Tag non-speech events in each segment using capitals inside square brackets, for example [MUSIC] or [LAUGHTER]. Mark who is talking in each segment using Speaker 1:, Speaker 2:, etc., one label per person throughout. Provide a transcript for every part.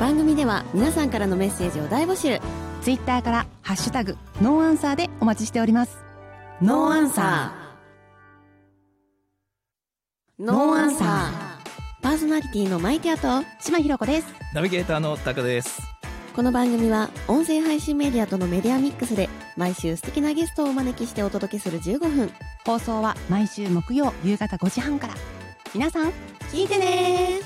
Speaker 1: 番組では皆さんからのメッセージを大募集
Speaker 2: ツイッターからハッシュタグノーアンサーでお待ちしております。
Speaker 1: ノーアンサーノーアンサーパーソナリティのマイティアと
Speaker 2: 島ひろ子です。
Speaker 3: ナビゲーターのタカです。
Speaker 1: この番組は音声配信メディアとのメディアミックスで毎週素敵なゲストをお招きしてお届けする15分
Speaker 2: 放送は毎週木曜夕方5時半から。皆さん、
Speaker 1: 聞いてね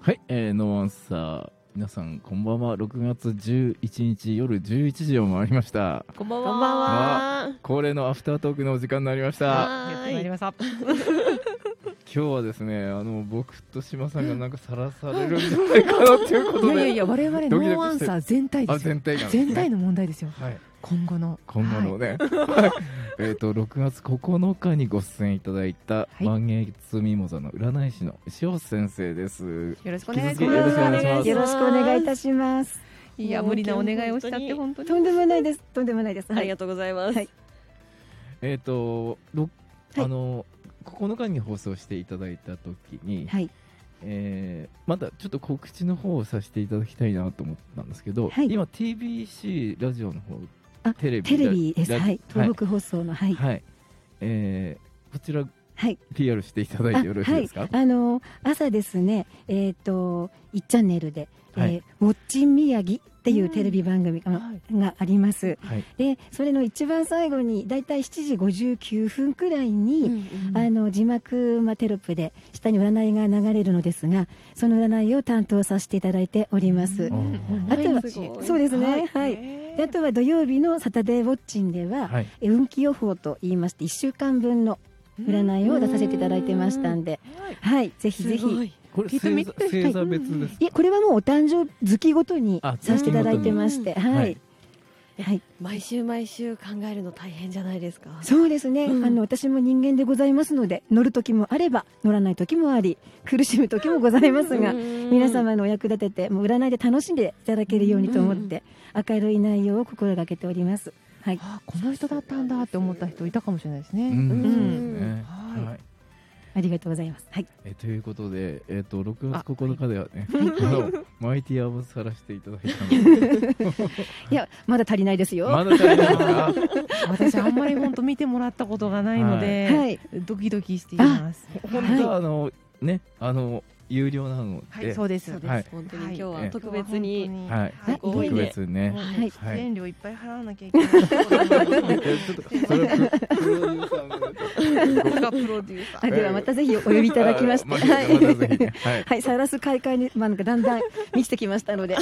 Speaker 3: はい、えー、ノーアンサー。皆さん、こんばんは。6月11日夜11時を回りました。
Speaker 4: こんばん
Speaker 1: こ
Speaker 4: は。
Speaker 1: んばんは
Speaker 3: 恒例のアフタートークのお時間になりました。
Speaker 4: やっ
Speaker 1: は
Speaker 4: てまいり
Speaker 1: ーい
Speaker 4: ました。
Speaker 3: 今日はですね、あの、僕と島さんがなんかさらされるんじゃないかなっていうこと
Speaker 4: いやいや
Speaker 3: で。
Speaker 4: いや、我々ノ
Speaker 3: ドキドキして
Speaker 4: ーアンサー全体
Speaker 3: あ、
Speaker 4: ですよ
Speaker 3: 全。体感、
Speaker 4: 全体の問題ですよ。
Speaker 3: はい。
Speaker 4: 今後の。
Speaker 3: 今後の
Speaker 4: はい
Speaker 3: ね、はい [LAUGHS] えっと6月9日にご出演いただいた
Speaker 4: い
Speaker 3: 満月ミモザの占い師の塩先生です。
Speaker 4: よろしくお
Speaker 3: お
Speaker 4: 願
Speaker 3: 願
Speaker 4: い
Speaker 3: い
Speaker 4: し
Speaker 3: し
Speaker 4: ま。
Speaker 3: ますす
Speaker 5: よろしくお願いいたします。
Speaker 4: いや、無理なお願いをしちゃって、本当に。
Speaker 5: とんでもないです。とんでもないです。
Speaker 1: ありがとうございます、
Speaker 5: はい
Speaker 3: えっ、と、ろ
Speaker 5: はい
Speaker 3: あの9日に放送していただいた時に、
Speaker 5: はい。
Speaker 3: えーまだちょっと告知の方をさせていただきたいなと思ったんですけど、
Speaker 5: はい
Speaker 3: 今 TBC ラジオの方
Speaker 5: あ
Speaker 3: テレビ
Speaker 5: テレビです。
Speaker 3: ラ
Speaker 5: はい。
Speaker 3: はい
Speaker 5: 東北放送のはい。はい。
Speaker 3: はいえーこちら
Speaker 5: はい
Speaker 3: PR していただい
Speaker 5: あ
Speaker 3: てよろしいですか、
Speaker 5: はい、あの朝ですね、えっ、と一チャンネルで、
Speaker 3: は
Speaker 5: え
Speaker 3: い
Speaker 5: ーウォッチン宮城っていうテレビ番組が,、があります。
Speaker 3: はい
Speaker 5: で、それの一番最後にだいたい7時59分くらいに、あの字幕、まあ、テロップで下に占いが流れるのですがその占いを担当させていただいております、
Speaker 4: うん
Speaker 3: あ
Speaker 5: あとは
Speaker 4: すごい
Speaker 5: そうですねはいであとは土曜日の「サタデーウォッチン」では、
Speaker 3: はい
Speaker 5: え運気予報といいまして1週間分の占いを出させていただいてましたんで、はい、ぜひぜひい
Speaker 3: これ
Speaker 4: 聞いて
Speaker 3: 星
Speaker 4: み
Speaker 3: 座
Speaker 4: たい
Speaker 3: 星座別です、
Speaker 5: えこれはもうお誕生月ごとに
Speaker 3: あ
Speaker 5: させていただいてまして、は
Speaker 3: はいい、
Speaker 5: はい、
Speaker 1: 毎週毎週考えるの大変じゃないですか
Speaker 5: そうですね、
Speaker 1: うん
Speaker 5: あの私も人間でございますので乗る時もあれば乗らない時もあり苦しむ時もございますが皆様のお役立ててもう占いで楽しんでいただけるようにと思って明るい内容を心がけております。はい、
Speaker 4: あこの人だったんだって思った人いたかもしれないです
Speaker 3: う
Speaker 4: ね。
Speaker 3: ん
Speaker 1: うん
Speaker 3: ね
Speaker 4: はい
Speaker 3: はい
Speaker 5: ありがとうございます。はい、
Speaker 3: えーということで、えー、と6月9日ではね、あのマイティアをさらしていただいたので
Speaker 5: [LAUGHS] いやまだ足りないですよ。
Speaker 3: まだ足りないのか
Speaker 4: 私あんまり本当見てもらったことがないので、
Speaker 5: はい、
Speaker 4: ドキドキしています。
Speaker 3: 本当はあのねあの有料なの
Speaker 4: はい、
Speaker 3: で、
Speaker 4: そうです。
Speaker 1: そうです、
Speaker 3: はい
Speaker 1: 本当に
Speaker 4: は
Speaker 1: 今
Speaker 4: い
Speaker 1: 日は特別に、
Speaker 3: はい
Speaker 4: はい
Speaker 1: こう
Speaker 3: 特別にね。
Speaker 4: はい
Speaker 5: はい
Speaker 4: [LAUGHS] 出演料いっぱい払わなきゃいけないところなの
Speaker 3: いや
Speaker 4: に。
Speaker 3: ちょっとそれはププロデューサーの
Speaker 4: 僕がプロデューサ
Speaker 5: あ
Speaker 4: ー。
Speaker 5: ではまたぜひお呼びいただきまして、
Speaker 3: あ
Speaker 5: は
Speaker 3: またぜひ
Speaker 5: い
Speaker 3: ね、はい
Speaker 5: はい、サラス開会にまあなんかだんだん満ちてきました
Speaker 3: [LAUGHS]
Speaker 5: ので、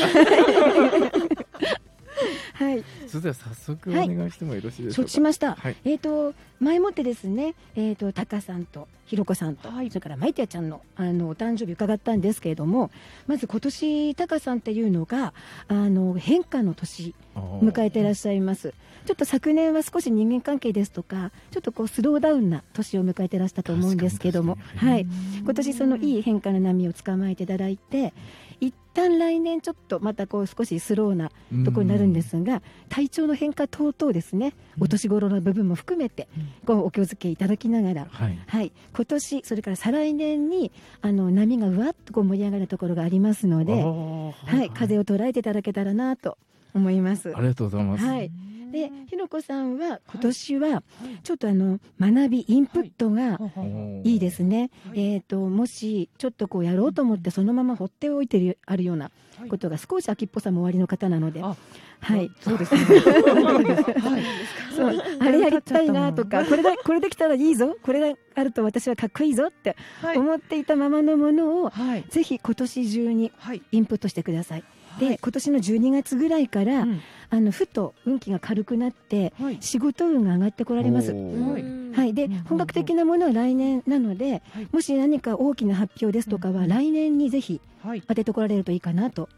Speaker 5: はい、
Speaker 3: それでは早速お願いしてもよろしいでしょ
Speaker 5: 承
Speaker 3: う
Speaker 5: 知し
Speaker 3: か。
Speaker 5: ました。
Speaker 3: はい。
Speaker 5: えー、と前もってですね、えー、とタカさんとひろこさんと、
Speaker 4: はい
Speaker 5: それからマイティアちゃんのあのお誕生日伺ったんですけれどもまず今年タカさんっていうのがあの変化の年迎えていらっしゃいますちょっと昨年は少し人間関係ですとかちょっとこうスローダウンな年を迎えてらしたと思うんですけども、
Speaker 3: 確かに確かに
Speaker 5: はい、今年そのいい変化の波をつかまえていただいて一旦来年ちょっとまたこう少しスローなところになるんで。すが、体調の変化等々ですね、お年頃の部分も含めて、こうお気をつけいただきながら、
Speaker 3: はい。
Speaker 5: はい、今年それから再来年にあの波がうわっとこう盛り上がるところがありますので、
Speaker 3: あ
Speaker 5: は
Speaker 3: ー
Speaker 5: い風を捉えていただけたらなと思います。
Speaker 3: ありがとうございます。
Speaker 5: はい、でひろこさんは今年はちょっとあの学びインプットが
Speaker 4: は
Speaker 3: お
Speaker 4: い
Speaker 3: ー
Speaker 5: いいです。ね、
Speaker 4: はい
Speaker 5: えー、ともしちょっとこうやろうと思ってそのまま放っておいてるあるような
Speaker 4: はい
Speaker 5: ことが少し秋っぽさもおありの方なので、
Speaker 4: あ
Speaker 5: はい、
Speaker 4: そうですね。はい。
Speaker 5: [LAUGHS] そう
Speaker 4: [LAUGHS]
Speaker 5: あれやりたいなとかこれだこれできたらいいぞこれがあると私はかっこいいぞって
Speaker 4: はい。
Speaker 5: 思っていたままのものを
Speaker 4: はい。
Speaker 5: ぜひ今年中に
Speaker 4: はい。
Speaker 5: インプットしてください。で、
Speaker 4: はい
Speaker 5: 今年の12月ぐらいから、
Speaker 4: うん
Speaker 5: あのふと運気が軽くなって
Speaker 4: はい。
Speaker 5: 仕事運が上がってこられます。
Speaker 3: お
Speaker 1: うん
Speaker 3: ー
Speaker 5: はい、で
Speaker 4: うんうんうん
Speaker 5: 本格的なものは来年なので、
Speaker 4: はい
Speaker 5: もし何か大きな発表ですとか
Speaker 4: うんう
Speaker 5: は
Speaker 4: ん
Speaker 5: 来年にぜひ
Speaker 4: はい。。
Speaker 5: 当ててこられるといいかなと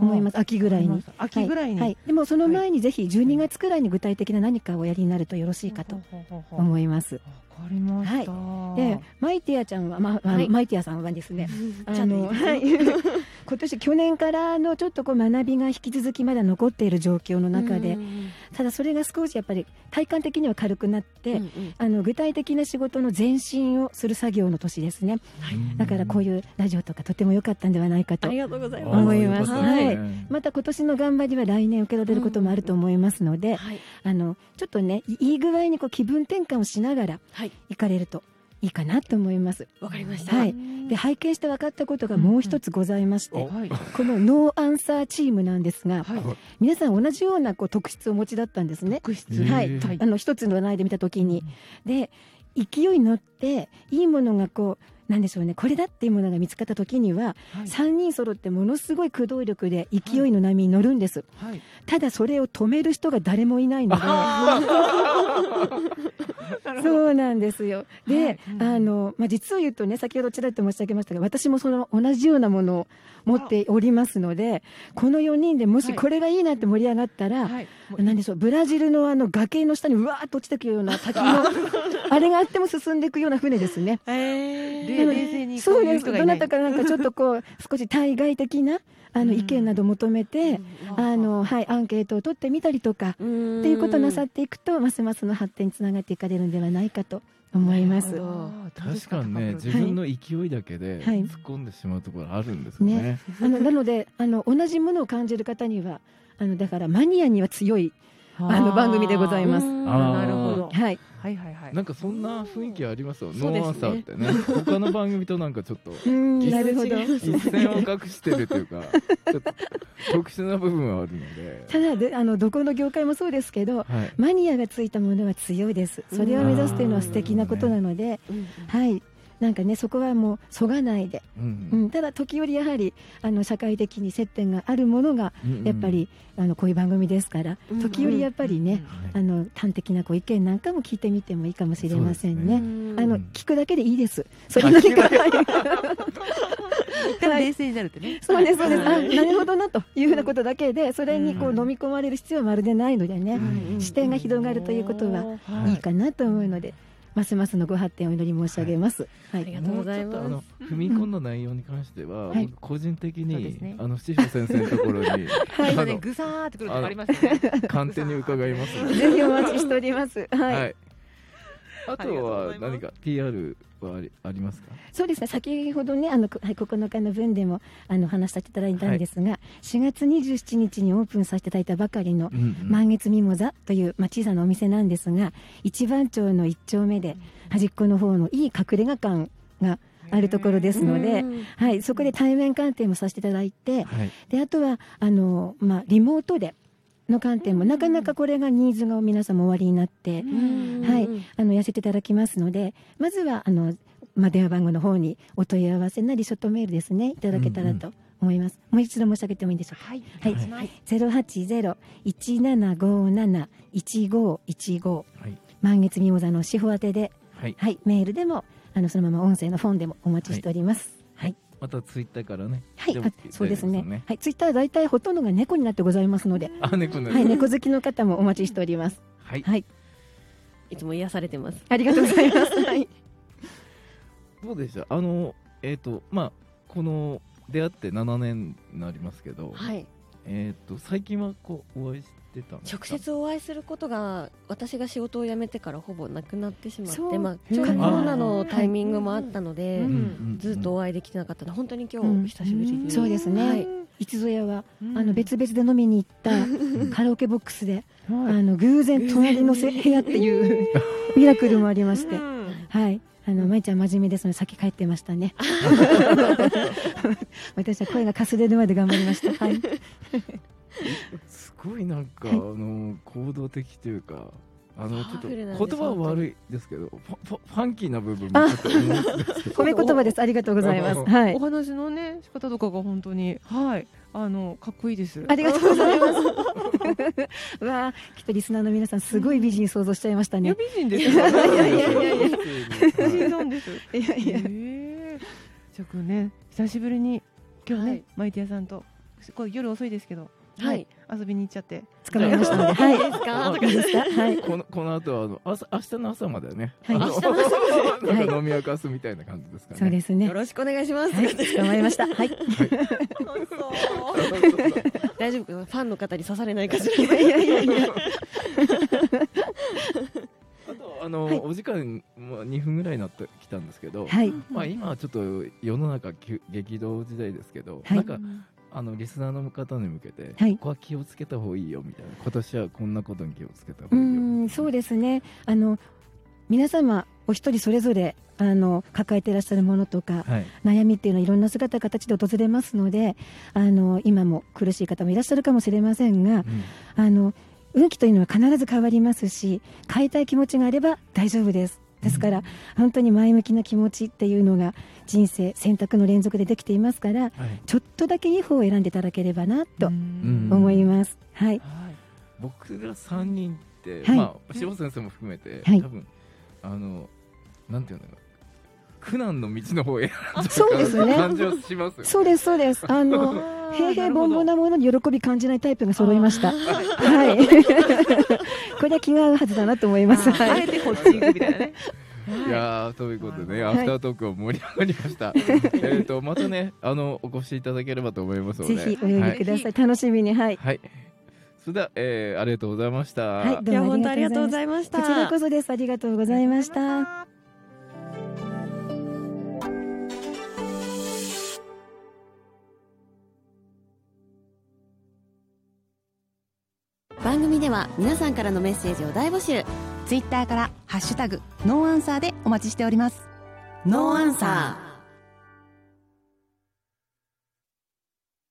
Speaker 5: 思いますす秋ぐらいに。。
Speaker 4: 秋ぐらいに。
Speaker 5: はい、でもその前にぜひ12月くらいに具体的な何かをおやりになるとよろしいかと
Speaker 4: ほうほうほうほう。
Speaker 5: 思います。
Speaker 4: あかりました。
Speaker 5: でマイティアちゃんは、まあ
Speaker 1: はい
Speaker 5: マイティアさんはですね、
Speaker 1: ちゃ
Speaker 5: あ
Speaker 1: んと
Speaker 5: の、
Speaker 1: 言
Speaker 5: はい、 [LAUGHS] 今年去年からのちょっとこう学びが引き続きまだ残っている状況の中で、ただそれが少しやっぱり体感的には軽くなって、
Speaker 1: うんうん
Speaker 5: あの具体的な仕事の前進をする作業の年ですね。だからこう
Speaker 3: い
Speaker 5: いうラジオとかとても良かったんではないかと
Speaker 1: あり。がとうございます。
Speaker 5: 思います
Speaker 3: はい
Speaker 5: また今年の頑張りは来年受け取れることもあると思いますので、
Speaker 1: はい、
Speaker 5: あのちょっとねいい具合にこう気分転換をしながら
Speaker 1: はい、
Speaker 5: 行かれるといいかなと思います。
Speaker 1: わかりました。
Speaker 5: はい。で拝見して分かったことがもう一つございまして、
Speaker 4: はい。
Speaker 5: このノーアンサーチームなんですが、
Speaker 4: はい。
Speaker 5: 皆さん同じようなこう特質をお持ちだったんですね。
Speaker 4: 特質
Speaker 3: えー
Speaker 5: はい、
Speaker 4: はい
Speaker 5: あの一つの内で見たときに、で勢いに乗っていいものがこうなんでしょうねこれだっていうものが見つかったときには、
Speaker 4: はい
Speaker 5: 三人揃ってものすごい駆動力で勢いの波に乗るんです、
Speaker 4: はい。
Speaker 5: ただそれを止める人が誰もいないのでそうなんですよで、
Speaker 4: はいうん
Speaker 5: あのまあ、実を言うとね先ほどちらっと申し上げましたが私もその同じようなものを持っておりますのでこの4人でもしこれがいいなって盛り上がったら、
Speaker 4: はい。
Speaker 5: なんでしょうブラジルのあの崖の下にうわーっと落ちてくるような滝
Speaker 4: [LAUGHS]
Speaker 5: のあれがあっても進んでいくような船ですね。
Speaker 1: え
Speaker 4: 冷冷静にこ
Speaker 5: そう
Speaker 4: うい
Speaker 5: で
Speaker 4: う
Speaker 5: す
Speaker 4: 人
Speaker 5: ど
Speaker 4: がいな。
Speaker 5: ないたかなんかちょっとこう少し対外的なあの意見など求めて、あのはい、アンケートを取ってみたりと
Speaker 1: っ
Speaker 5: かっていうことをなさ
Speaker 1: っ
Speaker 5: っていくとますますの発展につながっていかれるんではないかと思いま
Speaker 1: なる
Speaker 5: す
Speaker 1: ほ。
Speaker 4: あーどうです
Speaker 3: 確かにね
Speaker 4: 高倉
Speaker 3: 自分の勢いだけで
Speaker 5: はい
Speaker 3: 突っ込んでしまうところあるんですよね。
Speaker 5: あのなのであの同じものを感じる方にはあのだからマニアには強い
Speaker 4: 君
Speaker 5: あの番組でござ
Speaker 1: て
Speaker 5: います。
Speaker 3: あー
Speaker 4: なるほど。
Speaker 5: はい、
Speaker 4: はいはいはい。
Speaker 3: なんかそんな雰囲気ありますよ。
Speaker 1: そ
Speaker 3: ノ
Speaker 1: うですね
Speaker 3: ーアンサーってね他の番組となんかちょっと
Speaker 5: うん
Speaker 3: 実
Speaker 5: なるほど。
Speaker 3: 一線を隠してるというかちょっと特殊な部分はあるので。
Speaker 5: ただであのどこの業界もそうですけど、
Speaker 3: はい
Speaker 5: マニアがついたものは強いです。それを目指すというのは素敵なことなので、はい。なんかね、そこはもうそがないで、
Speaker 3: う
Speaker 5: うんん、ただ時折やはりあの社会的に接点があるものがやっぱり、あのこういう番組ですから
Speaker 1: うん
Speaker 5: 時折やっぱりね、
Speaker 3: う
Speaker 5: あの端的なこう意見なんかも聞いてみてもいいかもしれません
Speaker 3: そう
Speaker 5: ね。
Speaker 3: です
Speaker 5: あの
Speaker 3: うん
Speaker 5: 聞くだけでいいです。それだけが
Speaker 4: でも冷静になるってね。
Speaker 5: そうですそうです。あ、
Speaker 1: はい
Speaker 5: なるほどなというふうなことだけで、それにこ
Speaker 3: う
Speaker 5: うん飲み込まれる必要はまるでないのでね。
Speaker 3: ん
Speaker 5: 視点が広がるということは
Speaker 3: はい
Speaker 5: いいかなと思うので、ますますのご発展をお祈り申し上げます。はい。
Speaker 1: ありがとうございます
Speaker 3: もうちょっとあの踏み込んだ内容に関しては、
Speaker 5: はい
Speaker 3: 僕個人的
Speaker 4: そうです
Speaker 3: に、
Speaker 4: ね
Speaker 3: あの志保先生のところに、
Speaker 4: 最
Speaker 3: あ
Speaker 4: 後ね
Speaker 3: の
Speaker 4: ぐさーってくるとこありますよね。
Speaker 3: 鑑定に伺いますので。
Speaker 5: ぜひお待ちしております。 [LAUGHS] はい。
Speaker 3: はい。あと
Speaker 4: あ
Speaker 3: は
Speaker 4: りがとうございます
Speaker 3: 何か PR はありありますか？
Speaker 5: そうですね。先ほどね、あの、こはい、9日の分でも、あの、お話しさせていただいたんですが、4月27日にオープンさせていただいたばかりの、満月ミモザという、まあ、小さなお店なんですが、一番町の一丁目で、端っこの方のいい隠れ家館があるところですので、はい、そこで対面鑑定もさせていただいて、
Speaker 3: はい。
Speaker 5: であとはあの、まあ、リモートでの観点もなかなかこれがニーズが皆さんもおありになって、は
Speaker 1: はい
Speaker 5: あのやせていただきますのでまずはあの、まあ、電話番号の方にお問い合わせなりショットメールですねいただけたらと思います、もう一度申し上げてもいいでしょうか。
Speaker 4: はい。
Speaker 5: はい
Speaker 4: お願します
Speaker 5: 080-1757-1515
Speaker 3: はい
Speaker 5: 満月ミモザの司法宛てで、
Speaker 3: はい。
Speaker 5: はい、メールでもあのそのまま音声のフォンでもお待ちしております。はい
Speaker 3: またツイッターからね。
Speaker 5: はい、
Speaker 3: でも
Speaker 5: あそうです
Speaker 3: いい
Speaker 5: ね。はい、ツイッターは大体ほとんどが猫になってございますので、
Speaker 3: あ猫の。
Speaker 5: はい、猫好きの方もお待ちしております。
Speaker 3: はい。
Speaker 5: はい、
Speaker 1: いつも癒されてます。
Speaker 5: ありがとうございます。はい、
Speaker 3: どうでした？あのえっ、とまあこの出会って7年になりますけど、
Speaker 1: はい。
Speaker 3: えっ、と最近はこうお会いしてたんです
Speaker 1: 直
Speaker 3: か
Speaker 1: 接お会いすることが私が仕事を辞めてからほぼなくなってしまっ
Speaker 5: そ
Speaker 1: て、
Speaker 5: う
Speaker 1: まあちょうどコロナのタイミングもあったの
Speaker 3: う
Speaker 1: で
Speaker 3: んう、ん
Speaker 1: ずっとお会いできてなかったので本当に今
Speaker 5: うん
Speaker 1: 日久しぶりに。
Speaker 5: そうですね。
Speaker 1: はい
Speaker 5: いつぞやは、
Speaker 4: うん
Speaker 5: あの別々で飲みに行った
Speaker 3: ん
Speaker 5: カラオケボックスで、あ
Speaker 4: はい。
Speaker 5: の偶然隣のせ部屋っていうミラクルもありまして、はい。あの、まいちゃん真面目ですので、先帰ってましたね。私は声がかすれるまで頑張りました。はい。
Speaker 3: すごいなんか、
Speaker 5: はい
Speaker 3: あの行動的というかあのちょっ
Speaker 1: パ
Speaker 3: と
Speaker 1: ワフルなん
Speaker 3: 言
Speaker 1: です
Speaker 3: 葉は悪いですけどファファファンキーな部分もちょっと思うんですけど
Speaker 5: 褒め言葉です。ありがとうございます。はい
Speaker 4: お。話のね仕方とかが本当にはいあのかっこいいです。
Speaker 5: ありがとうござい
Speaker 4: [LAUGHS]
Speaker 5: ます。わあ、きっとリスナーの皆さん、すごい美人想像しちゃいました
Speaker 4: いや
Speaker 5: ね。
Speaker 4: 美人ですよ。美人
Speaker 3: は
Speaker 4: なんです。
Speaker 5: いやいや。
Speaker 4: ええじゃあくんね久しぶりに今日ね、
Speaker 1: はい
Speaker 4: マイティアさんとこう夜遅いですけど
Speaker 1: はい
Speaker 4: 遊びに行っちゃって
Speaker 5: 捕まえましたので、はい。
Speaker 1: ですか
Speaker 5: いいですかはい。
Speaker 3: このこの後はあの朝明日の朝までね。
Speaker 5: はい
Speaker 3: あの
Speaker 5: 明日
Speaker 1: の朝
Speaker 5: で
Speaker 3: なんか飲み明かすみたいな感じですかね。
Speaker 5: そうですね
Speaker 1: よ。ろしくお願いします。
Speaker 5: はい、
Speaker 1: [LAUGHS]
Speaker 5: 捕まえました。はい。
Speaker 4: 楽しそう
Speaker 1: 大丈夫かなファンの方に刺されないかしら。
Speaker 5: いやいやいや。
Speaker 3: あとあの、
Speaker 5: はい
Speaker 3: お時間まあ2分ぐらいになってきたんですけど、
Speaker 5: はい。
Speaker 3: まあ今はちょっと世の中急激動時代ですけど、
Speaker 5: はい
Speaker 3: なんかあのリスナーの方に向けて、
Speaker 5: はい
Speaker 3: ここは気をつけた方がいいよみたいな今年はこんなことに気をつけた方
Speaker 5: う
Speaker 3: がいいよ
Speaker 5: ん、そう
Speaker 3: で
Speaker 5: ですね。あの皆様お一人それぞれあの抱えていらっしゃるものとか、
Speaker 3: はい
Speaker 5: 悩みっていうのはいろんな姿形で訪れますのであの今も苦しい方もいらっしゃるかもしれませんが
Speaker 3: うん
Speaker 5: あの運気というのは必ず変わりますし変えたい気持ちがあれば大丈夫ですですから本当に前向きな気持ちっていうのが人生選択の連続でできていますから
Speaker 3: はい
Speaker 5: ちょっとだけいい方を選んでいただければなと
Speaker 3: ん
Speaker 5: 思います、はい
Speaker 4: はい
Speaker 3: 僕ら三人って、
Speaker 5: はい
Speaker 3: まあ柴田先生も含めて、
Speaker 5: はい
Speaker 3: 多分あのなんていうのかな苦難の道の方へ
Speaker 5: そうですね
Speaker 3: 感じはしますよ
Speaker 5: そうですそうですあの
Speaker 4: あー
Speaker 5: 平平凡凡
Speaker 4: な
Speaker 5: なものに喜び感じないタイプが揃いました。はい。 [LAUGHS] これは気が合うはずだなと思います。
Speaker 4: るほどあー
Speaker 5: は
Speaker 4: あ
Speaker 5: い。
Speaker 4: えてこっち行くみた
Speaker 5: [LAUGHS]
Speaker 4: いなね
Speaker 3: いやーということでね、
Speaker 5: はい
Speaker 3: アフタートークを盛り上がりました。えっとまたねあのお越しいただければと思いますので、
Speaker 5: ぜひお呼びください。楽しみに。はい。
Speaker 3: はい。それでは、えーありがとうございました。
Speaker 5: はい。
Speaker 1: い
Speaker 5: ど
Speaker 1: や、
Speaker 5: うも
Speaker 1: 本当
Speaker 5: あ
Speaker 1: あ
Speaker 5: り
Speaker 1: り
Speaker 5: が
Speaker 1: が
Speaker 5: と
Speaker 1: とうご
Speaker 5: うござ
Speaker 1: ざ
Speaker 5: い
Speaker 1: いまし
Speaker 5: ま
Speaker 1: た。
Speaker 5: す。こちらこそです。ありがとうございました。
Speaker 1: 番組では皆さんからのメッセージを大募集。
Speaker 2: ツイッターからハッシュタグノーアンサーでお待ちしております。
Speaker 1: ノーアンサー。